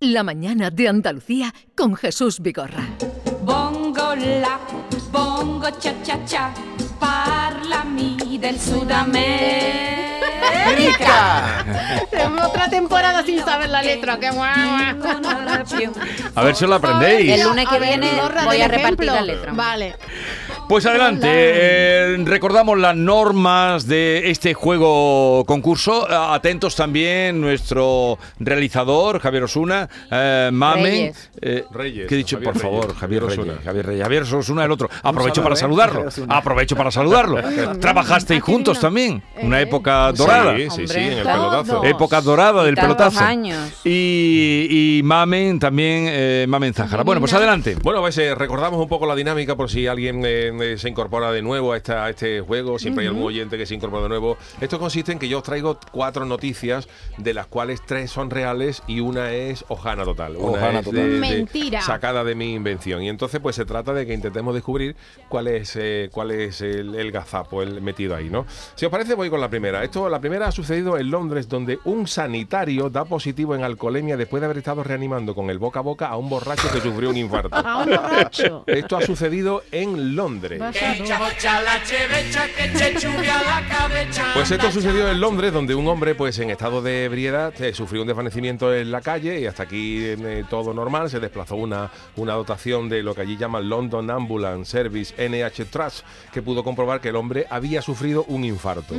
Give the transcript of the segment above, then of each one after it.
La mañana de Andalucía con Jesús Vigorra. Bongo la, bongo cha cha cha, parlami del Sudamérica. Tenemos otra temporada sin saber la letra, qué guau. A ver si lo aprendéis. El lunes que viene voy a repartir la letra. Vale. Pues adelante, eh, recordamos las normas de este juego concurso. Atentos también nuestro realizador, Javier Osuna, eh, Mame. Reyes. eh, Reyes, ¿Qué he dicho? Javier Por favor, Reyes, Javier Javier Reyes. Osuna. Javier Reyes, Javier Osuna, el otro. Aprovecho para saludo, ¿eh? saludarlo. Javier Osuna. Aprovecho para saludarlo. Ah, Trabajasteis juntos también. Eh, Una época dorada. Sí, sí, sí, Hombre, en el todo. pelotazo. Eh, Época dorada del Tantos pelotazo. años. Y, y Mamen también, eh, Mamen Zahara. Bueno, pues adelante. Bueno, pues eh, recordamos un poco la dinámica por si alguien eh, eh, se incorpora de nuevo a, esta, a este juego. Siempre hay algún oyente que se incorpora de nuevo. Esto consiste en que yo os traigo cuatro noticias, de las cuales tres son reales y una es hojana total. Una Hojana es total. Mentira. sacada de mi invención. Y entonces, pues se trata de que intentemos descubrir cuál es, eh, cuál es el, el gazapo el metido ahí, ¿no? Si os parece, voy con la primera. Esto, la primera ha sucedido en Londres, donde un sanitario da positivo en alcoholemia después de haber estado reanimando con el boca a boca a un borracho que sufrió un infarto. A un borracho. Esto ha sucedido en Londres. Pues esto sucedió en Londres, donde un hombre, pues en estado de ebriedad, eh, sufrió un desvanecimiento en la calle y hasta aquí eh, todo normal. Se desplazó una, una dotación de lo que allí llaman London Ambulance Service NH Trust, que pudo comprobar que el hombre había sufrido un infarto,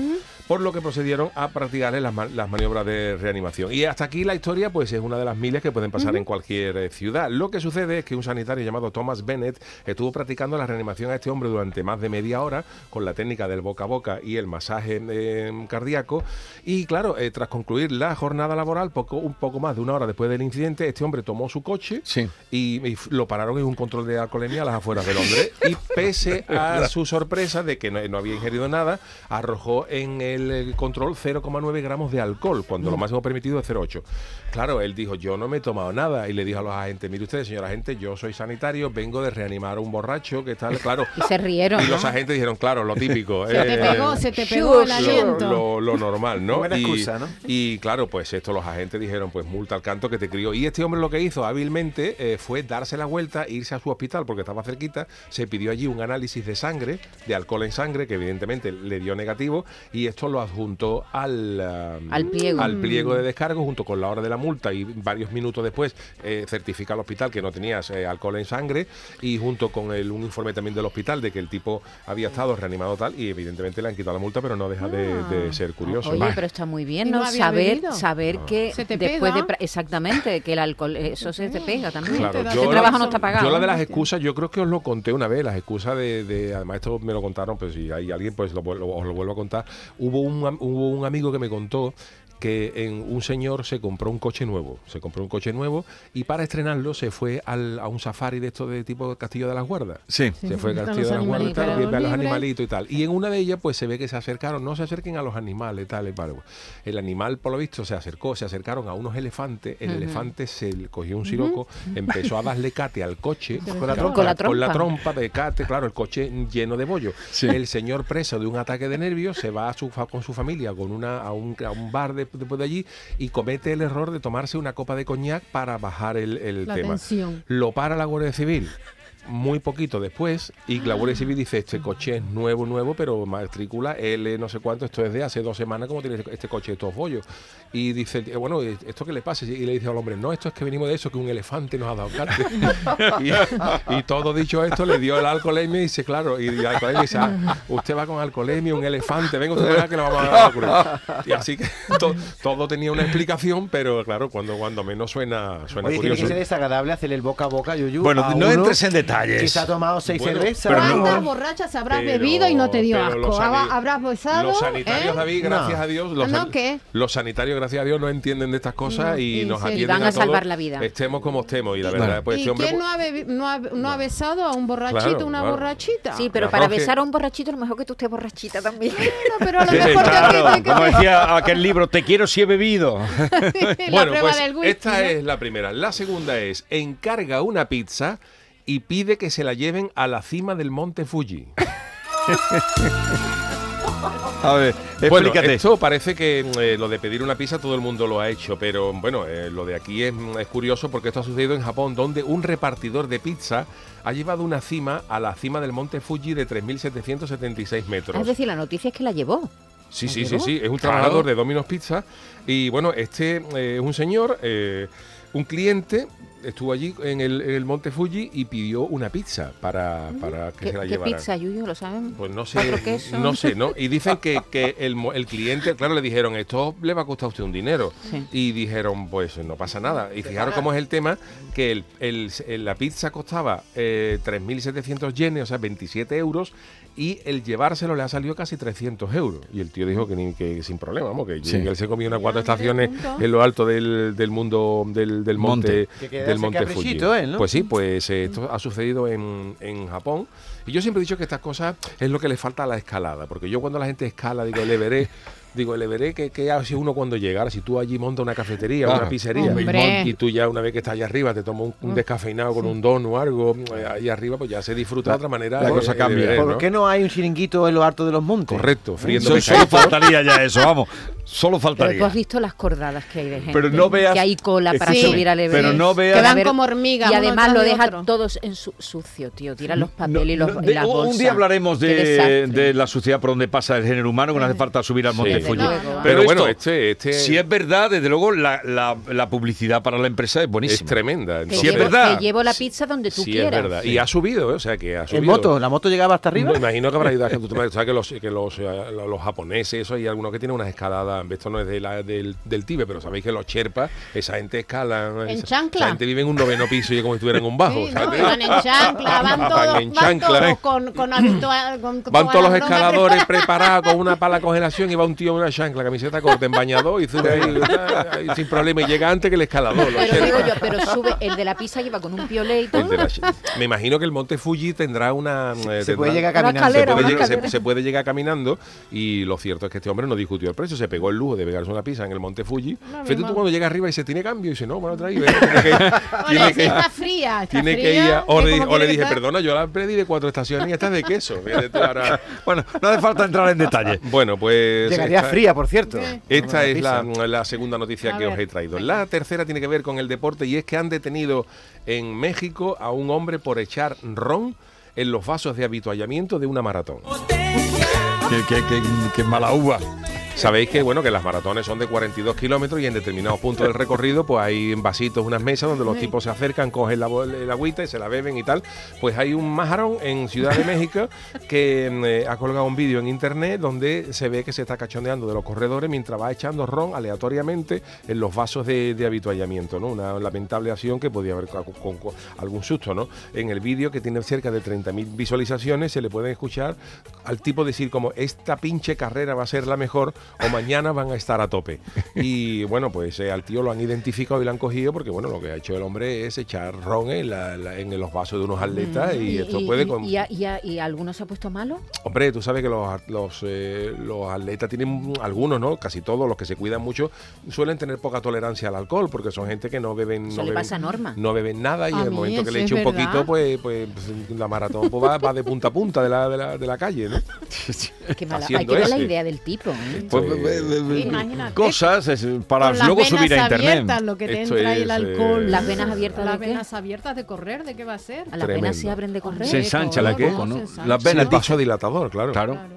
por lo que procedieron a practicarle las, ma- las maniobras de reanimación. Y hasta aquí la historia, pues es una de las miles que pueden pasar en cualquier eh, ciudad. Lo que sucede es que un sanitario llamado Thomas Bennett estuvo practicando la reanimación a este hombre durante más de media hora con la técnica del boca a boca y el masaje eh, cardíaco. Y claro, eh, tras concluir la jornada laboral, poco, un poco más de una hora después del incidente, este hombre tomó su coche Sí. y, y f- lo pararon en un control de alcoholemia a las afueras de Londres. Y pese a su sorpresa de que no, no había ingerido nada, arrojó en el, eh, control 0,9 gramos de alcohol, cuando Mm. lo máximo permitido es 0,8. Claro, él dijo, yo no me he tomado nada. Y le dijo a los agentes, mire usted, señor agente, yo soy sanitario, vengo de reanimar a un borracho, que tal, claro. Y se rieron. Y los ¿no? agentes dijeron, claro, lo típico. Se te eh, pegó, se te pegó el lo, aliento. lo- lo normal, ¿no? Buena y, excusa, ¿no? y claro, pues esto los agentes dijeron, pues multa al canto que te crió. Y este hombre lo que hizo hábilmente eh, fue darse la vuelta, e irse a su hospital porque estaba cerquita, se pidió allí un análisis de sangre, de alcohol en sangre, que evidentemente le dio negativo, y esto lo adjuntó al, ah, Al pliego. Mm. al pliego de descargo junto con la hora de la multa y varios minutos después eh, certifica al hospital que no tenías eh, alcohol en sangre y junto con el, un informe también del hospital de que el tipo había estado reanimado tal y evidentemente le han quitado la multa pero no deja de, de ser curioso. Ah, Oye, Vale. pero está muy bien, Y ¿no? no había saber bebido. saber que Se te después pega. de... pra- Exactamente, que el alcohol, eh, eso se te pega también. Claro, da- yo Ese la- trabajo no está pagado. Yo la de las ¿no? excusas, yo creo que os lo conté una vez, las excusas de, de- además esto me lo contaron, pero si hay alguien, pues lo, vuel- lo- os lo vuelvo a contar. Hubo un, am- hubo un amigo que me contó que en un señor se compró un coche nuevo, se compró un coche nuevo y para estrenarlo se fue al- a un safari de estos de tipo Castillo de las Guardas. Sí. Se fue Con Castillo los de las Guardas y tal, animalitos bien, ve a los libres. animalitos y tal. Y en una de ellas, pues se ve que se acercaron, no se acerquen a los animales, tal. y tal. El animal, por lo visto, se acercó, se acercaron a unos elefantes. El elefante se le cogió un siroco, empezó a darle cate al coche Con la Claro, trompa. Con la Con la trompa. trompa de cate, claro, el coche lleno de bollo. Sí. El señor preso de un ataque de nervios se va a su fa- con su familia con una, a, un, a un bar de, de- de allí y comete el error de tomarse una copa de coñac para bajar el, el La tema. tensión. Lo para la Guardia Civil. Muy poquito después, y la Guardia Civil dice: Este coche es nuevo, nuevo, pero matrícula L, no sé cuánto, esto es de hace dos semanas, como tiene este coche estos bollos. Y dice: eh, Bueno, ¿esto qué le pasa? Y le dice al hombre: No, esto es que venimos de eso, que un elefante nos ha dado carne. y, y todo dicho esto, le dio el alcoholemia y dice: Claro, y el alcoholemia dice: "Ah, Usted va con alcoholemia, un elefante, venga usted verá que le vamos a dar locura". Y así que to- todo tenía una explicación, pero claro, cuando, cuando menos suena, suena Oye, tiene curioso. ¿eh? que ser desagradable hacer el boca a boca, Yuyu. Bueno, a no uno entres en detalles. Que se ha tomado seis Bueno, cervezas. pero no- ¿Cuántas borrachas habrás Pero- bebido y no te dio pero asco? los sani- ¿Hab- ¿Habrás besado? Los sanitarios, ¿Eh? David, gracias No. a Dios. Los, Ah, ¿no? san- ¿Qué? los sanitarios, gracias a Dios, no entienden de estas cosas y, y nos sí. Y atienden. van a todos, salvar la vida. Estemos como estemos. Y la Claro. verdad, pues ¿Y este hombre. quién no ha, bebi- no ha- no ha besado a un borrachito, Claro, una claro. borrachita? Sí, pero La para Roge. besar a un borrachito, a lo mejor que tú estés borrachita también. Bueno, pero a lo Sí, mejor te- claro, te- te- como decía aquel libro, te quiero si he bebido. la bueno, prueba pues del whisky, esta ¿no? es la primera. La segunda es: encarga una pizza y pide que se la lleven a la cima del monte Fuji. A ver, Bueno, explícate. esto parece que eh, lo de pedir una pizza todo el mundo lo ha hecho, pero bueno, eh, lo de aquí es, es curioso porque esto ha sucedido en Japón, donde un repartidor de pizza ha llevado una cima a la cima del monte Fuji de 3.776 metros. Ah, Es decir, la noticia es que la llevó. Sí, ¿La sí, sí, llevó? sí. Es un Claro. trabajador de Domino's Pizza. Y bueno, este eh, es un señor, eh, un cliente. Estuvo allí en el, en el Monte Fuji y pidió una pizza para, para que ¿Qué, se la qué llevaran. pizza, Yuyu? ¿Lo saben? Pues no ¿Cuatro sé, quesos? no sé, ¿no? Y dicen que, que el, mo- el cliente, claro, le dijeron, esto le va a costar a usted un dinero. Sí. Y dijeron, pues no pasa nada. Y fijaros cómo es el tema, que el, el- el- la pizza costaba eh, 3.700 yenes, o sea, 27 euros, y el llevárselo le ha salido casi 300 euros. Y el tío dijo que, ni- que sin problema, vamos, que, Sí. que él se comió unas cuatro estaciones en lo alto del, del mundo, del, del monte, Monte. Que quedase del monte Fuji. caprichito, ¿eh, no? Pues sí, pues eh, esto ha sucedido en, en Japón. Y yo siempre he dicho que estas cosas es lo que le falta a la escalada. Porque yo cuando la gente escala, digo, el Everest, digo, el Everest, ¿qué, qué hace uno cuando llega? Ahora, Si tú allí montas una cafetería, Claro. una pizzería, Hombre. y tú ya una vez que estás allá arriba, te tomas un, un descafeinado con un don o algo, eh, ahí arriba, pues ya se disfruta de otra manera. la el- cosa el cambia. Everest, ¿Por ¿no? qué no hay un chiringuito en lo harto de los montes? Correcto, friendo Eso- solo pescaditos. faltaría ya eso, vamos. Solo Pero tú faltaría. has visto las cordadas que hay de gente. Pero no veas- Que hay cola para Escúchame, subir al Everest. pero no veas- A Que van ver, como hormigas. Y uno además tras lo de dejan otro. todos en su, sucio, tío. Tiran los No, papeles y, los, no, y de- las un bolsas. día hablaremos Qué de, desastre. de la suciedad por donde pasa el género humano, que no hace falta subir al monte desde Fuji. luego. Pero, Pero bueno, bueno, este, este si es es, verdad, desde luego la, la- la publicidad para la empresa es buenísima. tremenda. Te entonces- Sí, es llevo, verdad. te llevo la pizza donde tú Sí, es quieras. verdad. Y ha subido, ¿eh? o sea que ha subido. ¿En moto? ¿La moto llegaba hasta arriba? Me imagino que habrá ido a que tú te- sabes que los, que los, eh, los- los japoneses, eso, hay algunos que tienen unas escaladas. Esto no es de la- del, del Tíbet, pero sabéis que los Sherpas, esa gente escala. En esa, chancla. esa gente vive en un noveno piso y es como si estuviera en un bajo. Sí, ¿no? ¿sabes? Y Van en chancla, van todos, pues, Van en van chancla. ¿eh? todos con, con habitual- con- con Van todas todos los las bromas escaladores preparados con una pala de congelación y va un tío en una chancla, camiseta corta, en bañador y sube ahí, ah, ahí, ahí sin problema y llega antes que el escalador. los Pero digo sherpas. yo, pero sube, el de la pizza lleva con un piolé y El todo. de la ch- Me imagino que el monte Fuji tendrá una. eh, Se tendrá- puede llegar Una caminando. se escalera, puede, una llegar, se, escalera. se puede llegar caminando y lo cierto es que este hombre no discutió el precio, se pegó el lujo de pegarse una pizza en el monte Fuji. Fíjate tú cuando llega arriba y se tiene cambio y dice, no, bueno, traí, tiene que, Ole, tiene sí, que, está fría, está tiene que fría, ir a- o, que le, como o le tiene que dije, estar. perdona, yo la pedí de cuatro estaciones y esta es de queso. Fíjate tú ahora. Bueno, no hace falta entrar en detalle. Bueno, pues... Llegaría esta- fría, por cierto. Esta Una es la, pizza. la segunda noticia A que os ver, he traído. La tercera tiene que ver con el deporte y es que han detenido en México a un hombre por echar ron en los vasos de habituallamiento de una maratón. Qué, qué- qué- qué mala uva. Sabéis que bueno que las maratones son de 42 kilómetros y en determinados puntos del recorrido pues hay vasitos, unas mesas donde los tipos se acercan, cogen la, bol- el agüita y se la beben y tal. Pues hay un majarón en Ciudad de México que mm, eh, ha colgado un vídeo en internet donde se ve que se está cachondeando de los corredores mientras va echando ron aleatoriamente en los vasos de, de habituallamiento, ¿no? Una lamentable acción que podía haber ca- con, con algún susto, ¿no? En el vídeo que tiene cerca de 30.000 visualizaciones se le pueden escuchar al tipo decir como esta pinche carrera va a ser la mejor o mañana van a estar a tope. Y bueno, pues eh, al tío lo han identificado y lo han cogido porque bueno, lo que ha hecho el hombre es echar ron en, la- la- en los vasos de unos atletas Mm, y, esto puede... con- y a- y a- y alguno se ha puesto malo? Hombre, tú sabes que los, at- los, eh, los atletas tienen algunos, ¿no? Casi todos los que se cuidan mucho suelen tener poca tolerancia al alcohol porque son gente que no beben, Eso no le beben, pasa a Norma. no beben nada y A en el mí momento que eso le es eche un verdad. poquito, pues, pues la maratón pues, va, va de punta a punta de la, de la, de la calle, ¿no? Qué mala. Hay haciendo que ver la ese. idea del tipo. ¿eh? Pues, Esto es- eh, eh, Imagínate. Cosas es, para Con las luego venas subir a abiertas, internet. lo que te Esto entra es, y el alcohol. eh, Las venas abiertas Las de qué? venas abiertas de correr, ¿de qué va a ser? A las venas se Tremendo. abren de correr. Se ensancha la Claro, coco, ¿no? se ensancha. Las Sí, venas. el vasodilatador, claro. Claro. Claro.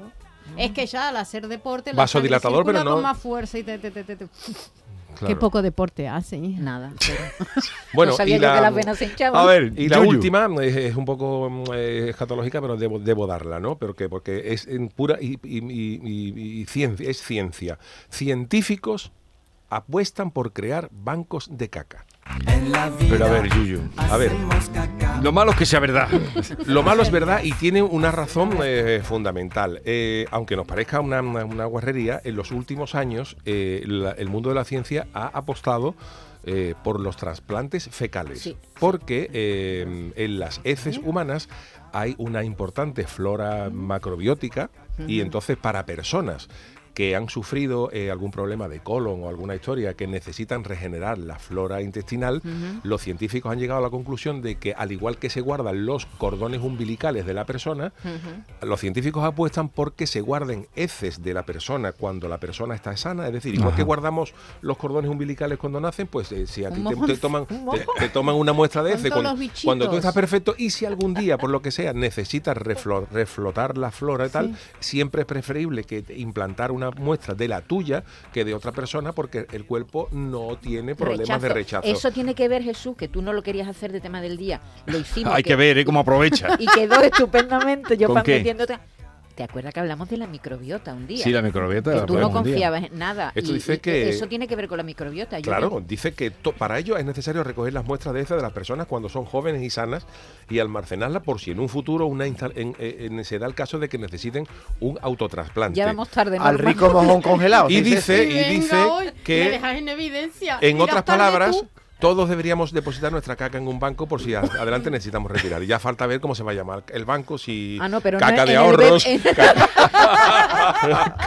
Es que ya al hacer deporte la Vasodilatador, sangre circula pero no- con más fuerza y te, te- te- te- te- Qué claro. poco deporte hace. hija. Nada. pero- Bueno, no sabía y yo que la, las venas se hinchaban. A ver, y la Yuyu. última es, es un poco mm, eh, escatológica, pero debo, debo darla, ¿no? Porque, porque es en pura y, y- y- y- y ciencia, es ciencia. Científicos apuestan por crear bancos de caca. Pero a ver, Yuyu. A ver, Lo malo es que sea verdad. lo malo es verdad y tiene una razón eh, fundamental. Eh, aunque nos parezca una, una- una guarrería, en los últimos años eh, la- el mundo de la ciencia ha apostado eh, por los trasplantes fecales. Sí. Porque eh, en las heces humanas hay una importante flora macrobiótica y entonces para personas que han sufrido eh, algún problema de colon o alguna historia que necesitan regenerar la flora intestinal, los científicos han llegado a la conclusión de que al igual que se guardan los cordones umbilicales de la persona, los científicos apuestan porque se guarden heces de la persona cuando la persona está sana, es decir, igual que guardamos los cordones umbilicales cuando nacen, pues eh, si a ti te, te toman, te, te toman una muestra de Con heces todos cuando, los cuando tú bichitos. estás perfecto y si algún día, por lo que sea, necesitas reflo- reflotar la flora y tal, siempre es preferible que te- implantar una muestra de la tuya que de otra persona porque el cuerpo no tiene problemas de rechazo. Eso tiene que ver, Jesús, que tú no lo querías hacer de tema del día. Lo hicimos. Hay que ver ¿eh? cómo aprovecha. Y quedó estupendamente. Yo ¿Con pa- qué? metiendo otra- ¿Te acuerdas que hablamos de la microbiota pues, un día? Sí, la microbiota. que la tú no podemos un día. confiabas en nada. Esto y- dice y que- Eso tiene que ver con la microbiota. Yo Claro, dice que to- para ello es necesario recoger las muestras de heces de las personas cuando son jóvenes y sanas y almacenarlas por si en un futuro una insta- en- en- en- se da el caso de que necesiten un autotrasplante. Ya vamos tarde. Al Norma. rico mojón congelado. Y ¿sí? dice, Y y venga dice hoy, me que dejas en evidencia. en Mira, otras tarde palabras, tú. todos deberíamos depositar nuestra caca en un banco por si a- adelante necesitamos retirar. Y ya falta ver cómo se va a llamar el banco, si Ah, no, pero no caca en de el ahorros, ben- en- caca,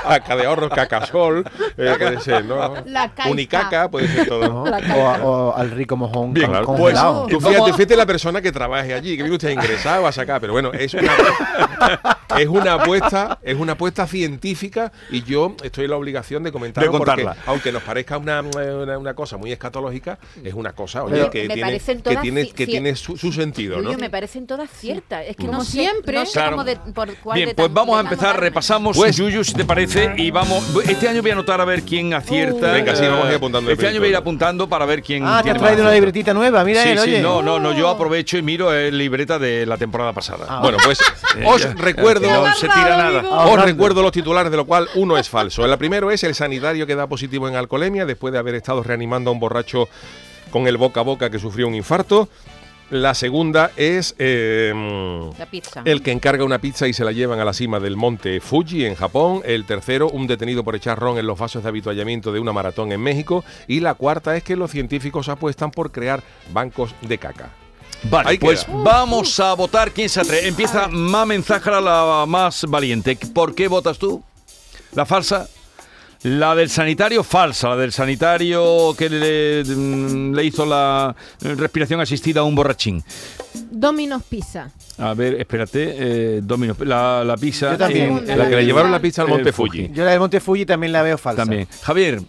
caca de ahorros, cacasol, eh, puede ser, ¿no? La caica. Unicaca, puede ser todo. ¿No? O, a- o al rico mojón Bien, con- claro. Pues congelado. tú fíjate, fíjate la persona que trabaje allí, que viene usted ingresado a sacar, pero bueno, es una, es una apuesta, es una apuesta científica y yo estoy en la obligación de comentarlo De contarla. porque aunque nos parezca una, una, una cosa muy escatológica, es una cosa, oye, Pero- que, Me tiene, parecen que todas tiene, ci- que ci- tiene su, su sentido, ¿no? Yuyu, me parecen todas ciertas. Es que Como no sé- siempre. no sé Claro. cómo de- por cuál Bien, de pues tan- vamos a de tan empezar, darme. repasamos Pues- Yuyu, si te parece, y vamos. Este año voy a anotar a ver quién acierta. Uh. Venga, sí, vamos a ir Eh, apuntando Este el año voy a ir pelito. apuntando para ver quién. Ah, te has tiene más traído una acierto. libretita nueva, mira Sí, él, sí, oye. no, no, no, yo aprovecho y miro el libreta de la temporada pasada. Ah, Bueno, pues os recuerdo no se tira nada. Ah, Os Orlando. recuerdo los titulares, de lo cual uno es falso. El primero es el sanitario que da positivo en alcoholemia después de haber estado reanimando a un borracho con el boca a boca que sufrió un infarto. La segunda es eh, La pizza. el que encarga una pizza y se la llevan a la cima del monte Fuji en Japón. El tercero, un detenido por echar ron en los vasos de habituallamiento de una maratón en México. Y la cuarta es que los científicos apuestan por crear bancos de caca. Vale, Ahí pues queda. vamos a votar quién se atreve. Empieza Mamen Zahra, la más valiente. ¿Por qué votas tú? ¿La falsa? La del sanitario falsa, la del sanitario que le, mm, le hizo la eh, respiración asistida a un borrachín. Domino's Pizza. A ver, espérate, eh, Domino, la, la pizza. Yo también. eh, segunda, La que le pizza. llevaron la pizza al El monte Fuji. Fuji. Yo la del Monte Fuji también la veo falsa. también. Javier,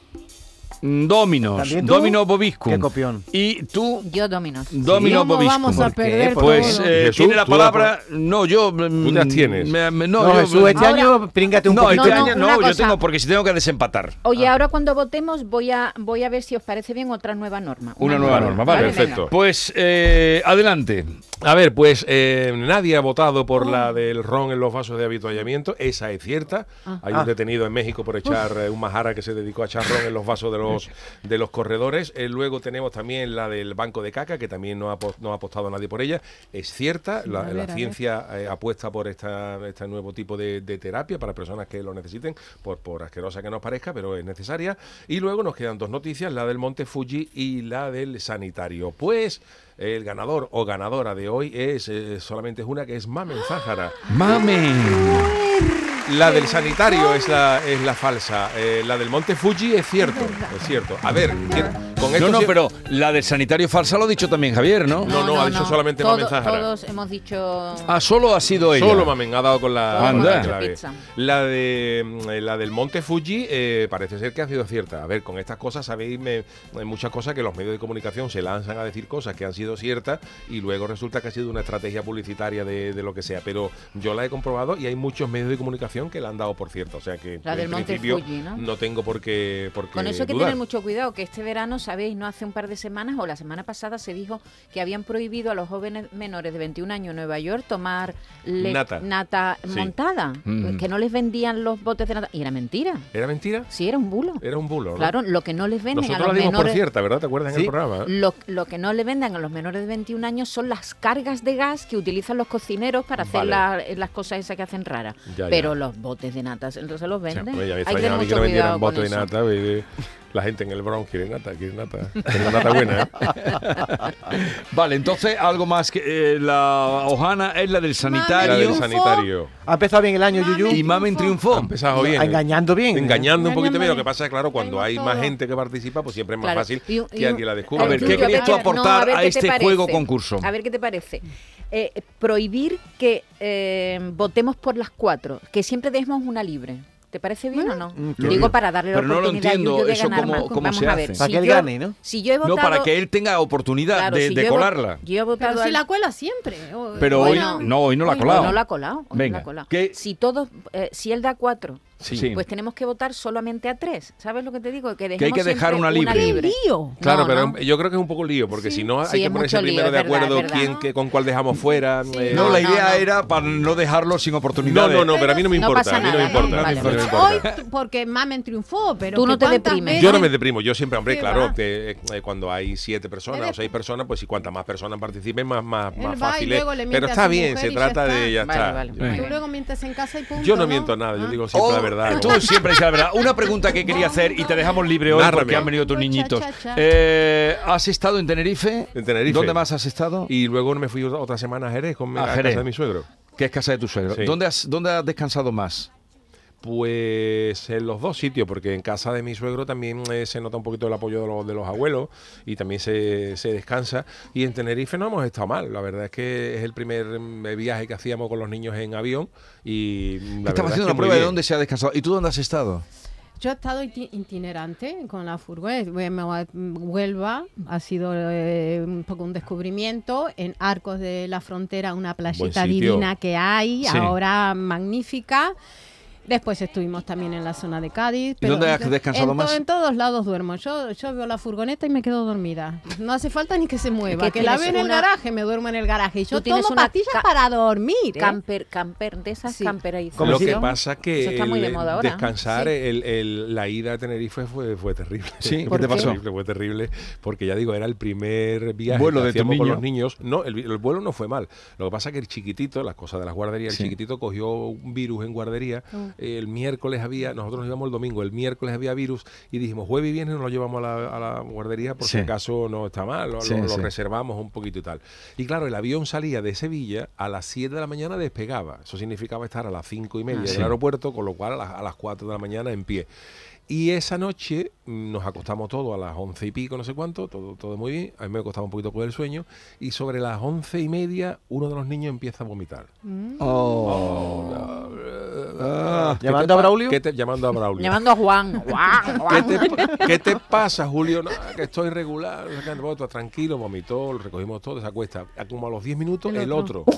mm, Dominos, ¿También tú? Domino Bobiscum. Qué copión. Y tú, Yo dominos. Domino ¿Cómo Bobiscum. vamos a ¿Por qué? perder ¿Por qué? Pues todo? eh, Jesús, tiene la tú la palabra. No, yo. mm, Tú las tienes. me- me- no, No, yo- Jesús, este Ahora- año príngate un no, poquito. este No, no, año una no, yo cosa. tengo porque si tengo que desempatar. Oye, ahora cuando votemos voy a voy a ver si os parece bien otra nueva norma. Una nueva norma, vale. venga. perfecto. Pues eh, adelante. A ver, pues eh, nadie ha votado por la del ron en los vasos de habituallamiento. Esa es cierta. Hay Ah. un detenido en México por echar eh, un majara que se dedicó a echar ron en los vasos de los, de los corredores. Eh, luego tenemos también la del banco de caca, que también no ha, po- no ha apostado nadie por ella. Es cierta. la a ver, la a ver. ciencia eh, apuesta por esta, este nuevo tipo de, de terapia para personas que lo necesiten, por, por asquerosa que nos parezca, pero es necesaria. Y luego nos quedan dos noticias, la del Monte Fuji y la del sanitario. Pues el ganador o ganadora de hoy es eh, solamente es una que es Mamen Zahara. Mamen. La del sanitario es la, es la falsa. eh, la del Monte Fuji es cierto. Es cierto. A ver, ¿quién- con esto No, no, sí- pero la del sanitario falsa lo ha dicho también Javier, ¿no? No, no, ha dicho solamente Todo- Mamen Zahara. Todos hemos dicho. Ah, solo ha sido ella. Solo Mamen ha dado con la, con la Anda. clave. Pizza. La de mm, eh, la del Monte Fuji eh, parece ser que ha sido cierta. A ver, con estas cosas sabéis me- hay muchas cosas que los medios de comunicación se lanzan a decir cosas que han sido ciertas y luego resulta que ha sido una estrategia publicitaria de, de lo que sea. Pero yo la he comprobado y hay muchos medios de comunicación que la han dado por cierta. O sea que La en del Monte principio, Fuji, ¿no? tengo por qué, por qué Con eso hay que dudar. tener mucho cuidado, que este verano, sabéis, no hace un par de semanas o la semana pasada se dijo que habían prohibido a los jóvenes menores de 21 años en Nueva York tomar le- Nata. Sí. montada, Mm. que no les vendían los botes de nata. Y era mentira, ¿Era mentira? sí, era un bulo. Era un bulo. ¿no? Claro, lo que no les venden Nosotros a la los dimos por menores... cierta, ¿verdad? ¿Te acuerdas en Sí. el programa? Lo, lo que no le vendan a los menores de 21 años son las cargas de gas que utilizan los cocineros para hacer Vale. la- eh, las cosas esas que hacen raras. Ya, ya. Pero los botes de nata se- se los venden. Hombre, ya me Hay que tener extrañaba a mí que mucho no vendieran cuidado con bote de eso. nata. baby. La gente en el Bronx quiere nata, quiere nata. Quiere nata buena, ¿eh? Vale, entonces algo más que eh, la Ojana es la del La sanitario del sanitario. Ha empezado bien el año, Yuyu. y Mamen Ha triunfó. empezado bien. Engañando bien. Engañando un poquito Engañando bien. Lo que bien. pasa es, claro, cuando hay Engañando más todo. gente que participa, pues siempre es más Claro. fácil Y un- y que un- alguien la descubra. A ver, tú, ¿qué yo crees a tú ver qué- aportar ver a qué te este parece. juego concurso? A ver qué te parece. Eh, prohibir que eh, votemos por las cuatro, que siempre dejemos una libre. ¿Te parece bien o no? Mm, lo Digo digo. para darle la Pero no lo oportunidad a entiendo, Yuyu de eso ganar cómo- Marco. cómo Vamos se a hace. ver. Para si que él yo- gane, ¿no? Si yo he No, votado... para que él tenga oportunidad claro, de, si de yo he vo- colarla. Yo he votado... Pero si al- la cuela siempre. o- Pero hoy Bueno. no, hoy no la ha Hoy colado. No la ha colado. hoy no Venga, la ha colado. ¿qué- Si todos, eh, si él da cuatro, Sí. pues tenemos que votar solamente a tres. ¿Sabes lo que te digo? Que, hay que dejemos dejar siempre una libre. Lío. Claro, No, pero eh, no. yo creo que es un poco lío, porque si no hay Sí, que es ponerse mucho lío, primero es de verdad, acuerdo es verdad. quién, qué- con cuál dejamos fuera. eh, No, No, la no, idea no. era para no dejarlo sin No, oportunidades. no, no, pero a mí no me No importa. pasa a mí no nada, me importa. ¿no? a mí no Vale, me vale. importa. Hoy, t- porque Mamen triunfó, pero. Tú no que te cuántas deprimes. veces- Yo no me deprimo, yo siempre, hombre, Qué claro, va. que, eh, cuando hay siete personas o seis personas, pues si cuantas más personas participen, más, más, Él más va y fácil es. luego le miente Pero a está su bien, mujer se y ya trata de está. ya Vale, está. vale, Yo- vale. Tú luego mientes en casa y punto. Yo no miento nada, yo Ah. digo siempre Oh, la verdad. Tú siempre dices la verdad. Una pregunta que quería hacer y te dejamos libre hoy Nárrame. porque han venido tus Cha, cha, niñitos. cha. Eh, ¿Has estado en Tenerife? En Tenerife. ¿Dónde más has estado? Y luego me fui otra semana a Jerez con mi, A a Jerez. casa de mi suegro. Que es casa de tu suegro. Sí. ¿Dónde, has, ¿Dónde has descansado más? Pues en los dos sitios, porque en casa de mi suegro también eh, se nota un poquito el apoyo de los, de los abuelos y también se, se descansa. Y en Tenerife no hemos estado mal, la verdad es que es el primer mm, viaje que hacíamos con los niños en avión y mm, la Estamos verdad es que haciendo una muy prueba de bien. dónde se ha descansado. ¿Y tú dónde has estado? Yo he estado iti- itinerante con la furgoneta. Huelva ha sido eh, un poco un descubrimiento. En Arcos de la Frontera, una playita sitio. divina que hay, Sí. ahora magnífica. Después estuvimos también en la zona de Cádiz. dónde has yo- descansado en más? En todos lados duermo. Yo, yo veo la furgoneta y me quedo dormida. No hace falta ni que se mueva. que Que, la veo tienes en el una- garaje, me duermo en el garaje. Y Tú yo tienes tomo una pastillas ca- para dormir. ¿eh? Camper, camper, de esas Sí. camper ahí. Como Lo si- que pasa que Eso está muy de el- moda ahora. descansar, Sí. el- el- la ida a Tenerife fue, fue terrible. Sí, ¿qué Fue te pasó? terrible, fue terrible, porque ya digo, era el primer viaje Vuelo que de tu hacíamos con niño. los niños. No, el, vi- el vuelo no fue mal. Lo que pasa que el chiquitito, las cosas de las guarderías, Sí. el chiquitito cogió un virus en guardería. Mm. El miércoles había, nosotros nos íbamos el domingo, el miércoles había virus y dijimos, jueves y viernes nos lo llevamos a la, a la guardería por Sí. si acaso no está mal, lo, Sí, lo- lo sí. reservamos un poquito y tal. Y claro, el avión salía de Sevilla a las 7 de la mañana despegaba. Eso significaba estar a las 5 y media del sí. aeropuerto, con lo cual a las, a las 4 de la mañana en pie. Y esa noche mm, nos acostamos todos a las 11 y pico, no sé cuánto, todo, todo muy bien. A mí me costaba un poquito coger el sueño. Y sobre las 11 y media, uno de los niños empieza a vomitar. Ah, ¿qué ¿Llamando te a pa- Braulio? ¿qué te- llamando a Braulio. Llamando a Juan. Juan, Juan. ¿Qué te, qué te pasa, Julio? No, que estoy regular. no sé qué, bueno, tranquilo, vomitó, lo recogimos todo, se acuesta. A Como a los 10 minutos, el, El otro, otro.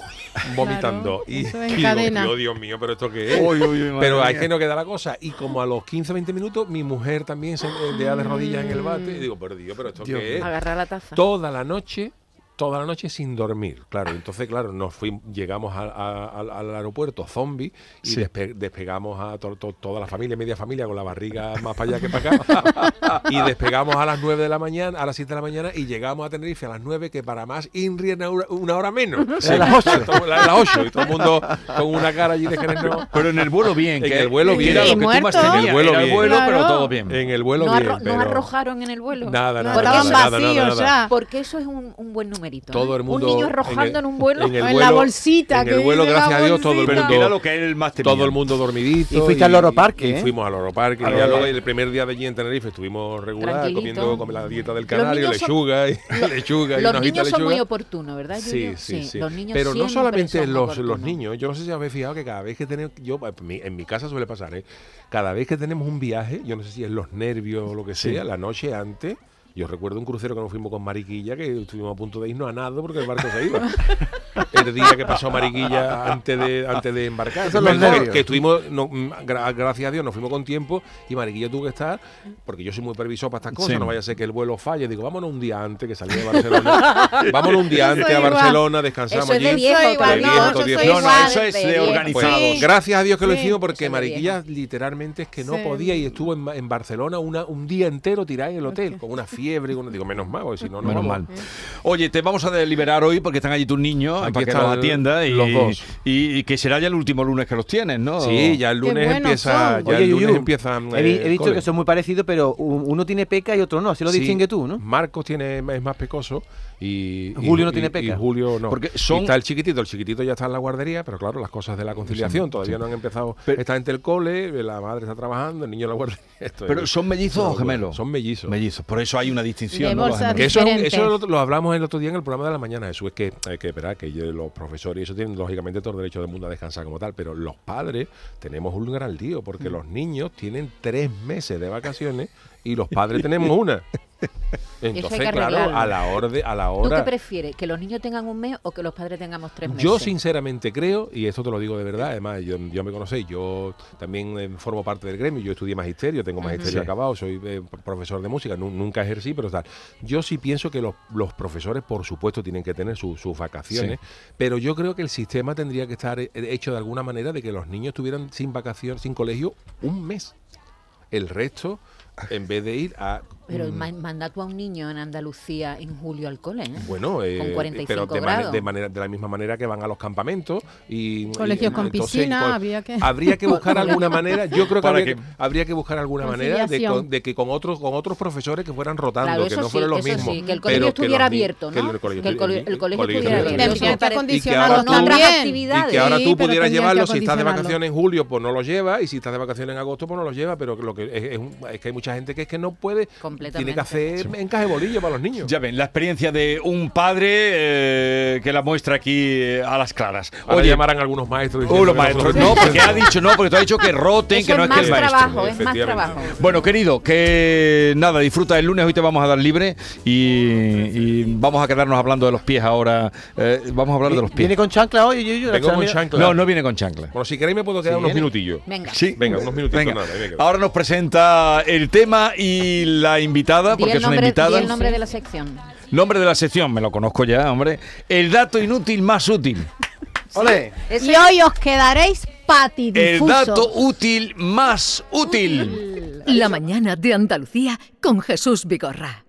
vomitando. Claro, y eso y en digo, cadena. "Tío, Dios mío, pero esto qué es. Uy, uy, uy, madre pero hay mía. que no queda la cosa. Y como a los 15, 20 minutos, mi mujer también se eh, le da de rodillas en el bate. Y digo, pero Dios, pero esto Dios qué es. Agarrar la taza. Toda la noche. Toda la noche sin dormir, claro. Entonces, claro, nos fuimos, llegamos a- a- al- al aeropuerto zombie y Sí. despe- despegamos a to- to- toda la familia, media familia, con la barriga más para allá que para acá. y despegamos a las 9 de la mañana, a las 7 de la mañana y llegamos a Tenerife a las 9, que para más Inri era una hora- una hora menos. A las ocho. Todo- A las 8. Y todo el mundo con una cara allí de que no. Pero en el vuelo bien. En que- el vuelo que era bien. Y lo que tú más muerto. tenías, En el vuelo era bien. vuelo, pero Claro. todo bien. En el vuelo no, bien, arro- no pero- arrojaron en el vuelo. Nada, nada, Porque nada, eso- Estaban nada, nada, vacíos nada. ya. Porque eso es un, un buen numerito. ¿eh? Todo el mundo. Un niño arrojando en, un vuelo. el En la bolsita En que el vuelo, dice la gracias a Dios, todo el bolsita. mundo. Pero que era lo que él más temía. Todo el mundo dormidito. este Y fuiste al Loro Parque, y ¿eh? Fuimos al Oro Parque. y Al ya Loro luego Parque. el primer día de allí en Tenerife estuvimos regular, Tranquilito. comiendo con la dieta del Los canario, niños son- lechuga, y, lechuga y Los una hojita niños de son muy lechuga. oportunos, ¿verdad? Sí, Yuyu? sí, sí. Los niños Pero no siempre solamente son muy los, los oportunos. niños. Yo no sé si habéis fijado que cada vez que tenemos. Yo, en mi, en mi casa suele pasar, ¿eh? Cada vez que tenemos un viaje, yo no sé si es los nervios o lo que sea, la noche antes. Yo recuerdo un crucero que nos fuimos con Mariquilla, que estuvimos a punto de irnos a nada porque el barco se iba. el día que pasó Mariquilla antes de, antes de embarcar. Eso es los Perdón, nervios. que estuvimos, no, mm, gra- gracias a Dios, nos fuimos con tiempo y Mariquilla tuvo que estar, porque yo soy muy previsor para estas cosas, Sí. no vaya a ser que el vuelo falle. Digo, vámonos un día antes que salía de Barcelona. vámonos un día Yo antes soy a igual. Barcelona, descansamos Eso es de allí. viejo. Soy igual, todavía. no, yo soy No, no, igual eso es de de viejo. Pues, organizado. Gracias a Dios que lo Sí. hicimos porque Eso de Mariquilla literalmente es que no Sí. podía y estuvo en, en Barcelona una- un día entero tirada en el hotel con una fiebre. y una- digo, menos mal, porque si no, no Menos vamos. mal. Oye, te vamos a deliberar hoy porque están allí tus niños. aquí para que están los atienda y, los dos. Y, y que será ya el último lunes que los tienes, ¿no? Sí, ya el lunes buenos empieza. son. Ya Oye, el lunes Yuyu, empieza. he, vi- eh, he visto cole. que son muy parecidos, pero un- uno tiene peca y otro no. Así lo Sí, distingue tú, ¿no? Marcos tiene, es más pecoso y. y- Julio no y- tiene y peca. Julio no. Porque Y son- está el chiquitito, el chiquitito ya está en la guardería, pero claro, las cosas de la conciliación todavía no han empezado. Pero- está entre el cole, la madre está trabajando, el niño en la guardería. Esto Pero es- son mellizos una o locura. gemelos. Son mellizos. Mellizos, por eso hay una De distinción. ¿no? bolsa Los de- Que gemelos. eso, diferentes. eso lo, lo hablamos el otro día en el programa de la mañana, Jesús. Es que, eh, que verá que yo- los profesores y eso tienen lógicamente todo el derecho del mundo a descansar como tal, pero los padres tenemos un gran lío porque los niños tienen tres meses de vacaciones y los padres tenemos una. Entonces, que claro, arreglarlo. a la hora de- a la ¿Tú qué hora. prefieres? ¿Que los niños tengan un mes o que los padres tengamos tres meses? Yo sinceramente creo, y esto te lo digo de verdad, además yo, yo me conocéis, yo también eh, formo parte del gremio, yo estudié magisterio, tengo magisterio Sí. acabado, soy eh, p- profesor de música, nu- nunca ejercí, pero tal. Yo sí pienso que los, los profesores, por supuesto, tienen que tener su- sus vacaciones, pero yo creo que el sistema tendría que estar eh, hecho de alguna manera de que los niños estuvieran sin vacaciones, sin colegio, un mes. El resto, en vez de ir a... Pero mm, ma- manda tú a un niño en Andalucía en julio al cole, ¿eh? bueno, eh, Con 45 pero de, mane- grados. de manera, de la misma manera que van a los campamentos y Colegios y- con piscina, habría que- habría que buscar alguna manera. Yo creo que Para habría que- que, habría que buscar alguna manera de, Conciliación. con- de que con otros con otros profesores que fueran rotando, Claro, que eso no sí, fueran los eso mismos. sí, que el pero colegio los estuviera ni- abierto, que ¿no? el colegio, Que el cole- el colegio estuviera estuviera abierto. abierto. Tendría que parece- acondicionarlo ahora tú- con otras también. Y actividades. que ahora Sí, tú pero pudieras tendrían llevarlo, que si estás de acondicionarlo. vacaciones en julio, pues no lo llevas, y si estás de vacaciones en agosto, pues no lo llevas, pero lo que es, es un- es que hay mucha gente que es que no puede, tiene que Completamente. hacer encaje bolillo para los niños. Ya ven, la experiencia de un padre eh, que la muestra aquí eh, a las claras. Ahora llamarán algunos maestros. Oh, diciendo los que nosotros- maestros. No, porque ha dicho, no, porque tú has dicho que roten, Eso que no es es más que el maestro. trabajo, ¿eh? es más efectivamente. trabajo. Bueno, querido, que nada, disfruta el lunes, hoy te vamos a dar libre y, y vamos a quedarnos hablando de los pies ahora. eh, vamos a hablar de los Viene pies. con chancla hoy, Yuyu. Vengo Está, con mira. chancla. No, no viene con chancla. Bueno, si queréis me puedo quedar Sí, unos viene. minutillos. Venga. Sí, Venga, unos minutitos nada, venga. Ahora nos presenta el tema y la invitada, Di porque el es una nombre, di invitada. el nombre de la sección. Nombre de la sección, me lo conozco ya, hombre. El dato inútil más útil. Ole. Ese- Y hoy os quedaréis El patidifusos. dato útil más útil. La mañana de Andalucía con Jesús Vigorra.